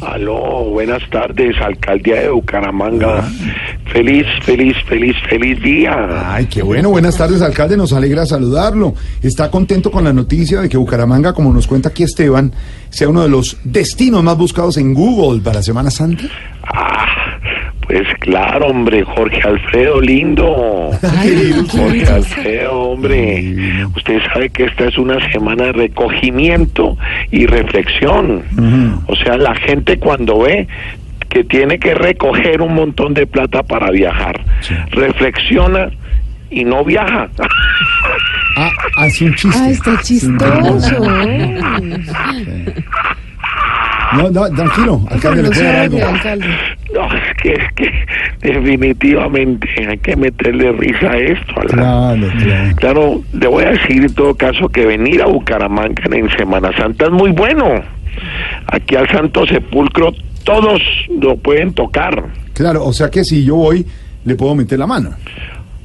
Aló, Ah, buenas tardes, alcaldía de Bucaramanga. Feliz, feliz, feliz, feliz día. Ay, qué bueno. Buenas tardes, alcalde. Nos alegra saludarlo. Está contento con la noticia de que Bucaramanga, como nos cuenta aquí Esteban, sea uno de los destinos más buscados en Google para Semana Santa. Ah, pues claro, hombre, Jorge Alfredo, lindo. Jorge Alfredo, hombre. Usted sabe que esta es una semana de recogimiento y reflexión. O sea, la gente cuando ve que tiene que recoger un montón de plata para viajar, reflexiona y no viaja. Ah, hace un chiste. Ah, está chistoso. No, no, tranquilo, alcalde, le puedo dar algo. No, es que, es que definitivamente hay que meterle risa a esto. a la- Claro, claro. Claro, le voy a decir en todo caso que venir a Bucaramanga en Semana Santa es muy bueno. Aquí al Santo Sepulcro todos lo pueden tocar. Claro, o sea que si yo voy, le puedo meter la mano.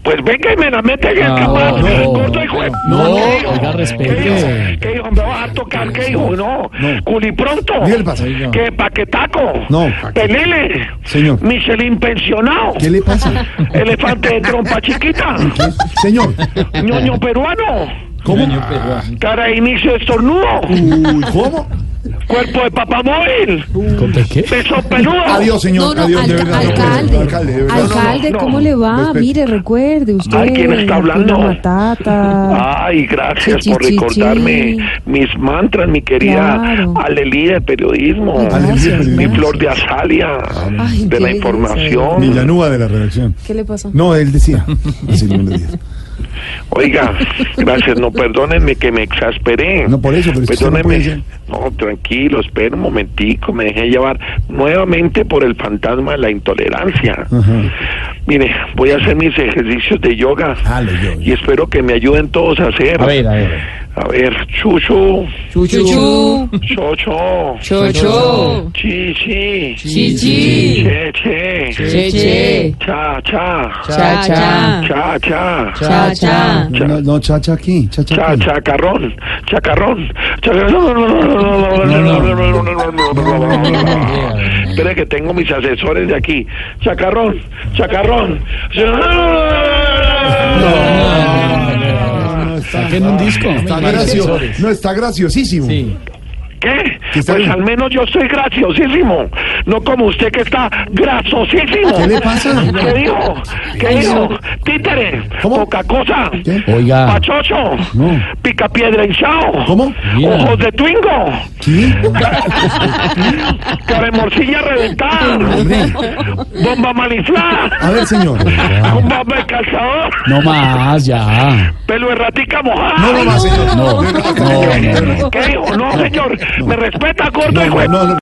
Pues venga y me la meten Ah, en el camarón, gordo hijo de- No, ¿Qué dijo? oiga, respete. ¿Qué dijo? ¿Qué dijo? ¿Me vas a tocar? ¿Qué dijo? No. No. Culipronto. Miguel Paz. Oiga. ¿Qué paquetaco? No, paquetaco. Pelele. Señor. Michelin pensionado. ¿Qué le pasa? Elefante de trompa chiquita. Señor. Ñoño peruano. ¿Cómo? Ah. Cara de inicio de estornudo. Uy, ¿cómo? Cuerpo de papamóvil. qué? Beso peludo. Adiós, señor. No, no, Adiós, de alca- verdad, no puede ser. alcalde. Alcalde, de verdad. Alcalde, no, no. ¿cómo le va? Respete. Mire, recuerde usted. Ay, ¿quién está hablando? Hakuna Matata. Ay, gracias Chi, por chi, chi, recordarme chi. mis mantras, mi querida Claro. Alelí de periodismo, Alelí mi de periodismo. flor de azalia, Ay, de qué la belleza. información. Villanúa de la redacción. ¿Qué le pasó? No, él decía. Así le mandó Díaz. Oiga, gracias, no perdónenme que me exasperé. No, por eso, pero es que usted no puede Perdónenme. decir. Pues, No, tranquilo, espera un momentico, me dejé llevar nuevamente por el fantasma de la intolerancia. Mire, voy a hacer mis ejercicios de yoga Ah, lo yo- y espero que me ayuden todos a hacer. A ver, a ver. A ver, chuchu, Chuchu, chocho, chocho, chichi, chichi, che, che, cheche, cha, cha, cha cha, cha, cha, cha cha, No, no, no, chacha aquí. Chacha cha, aquí. chacarrón, chacarrón, Espera que tengo mis asesores de aquí. Chacarrón, chacarrón. No, está- Saquen un disco. Está gracioso. No, está graciosísimo. Sí. ¿Qué? ¿Qué está Pues bien? al menos yo soy graciosísimo. No como usted que está grasosísimo. ¿Qué le pasa? ¿Qué dijo? ¿Qué dijo? Títere, ¿Cómo? poca cosa, ¿Qué? Oiga. pachocho, No. pica piedra hinchado, ¿Cómo? Mira. ojos de twingo, ¿Qué? caremorcilla reventada, Hombre. bomba maliflada, A ver, señor. bomba de calzador, No más, ya. pelo de ratica mojada. No, no más, señor. No. De verdad, hasta aquí llegamos. ¿Qué dijo? No, señor, me respeta, gordo hijo de- No, no, no.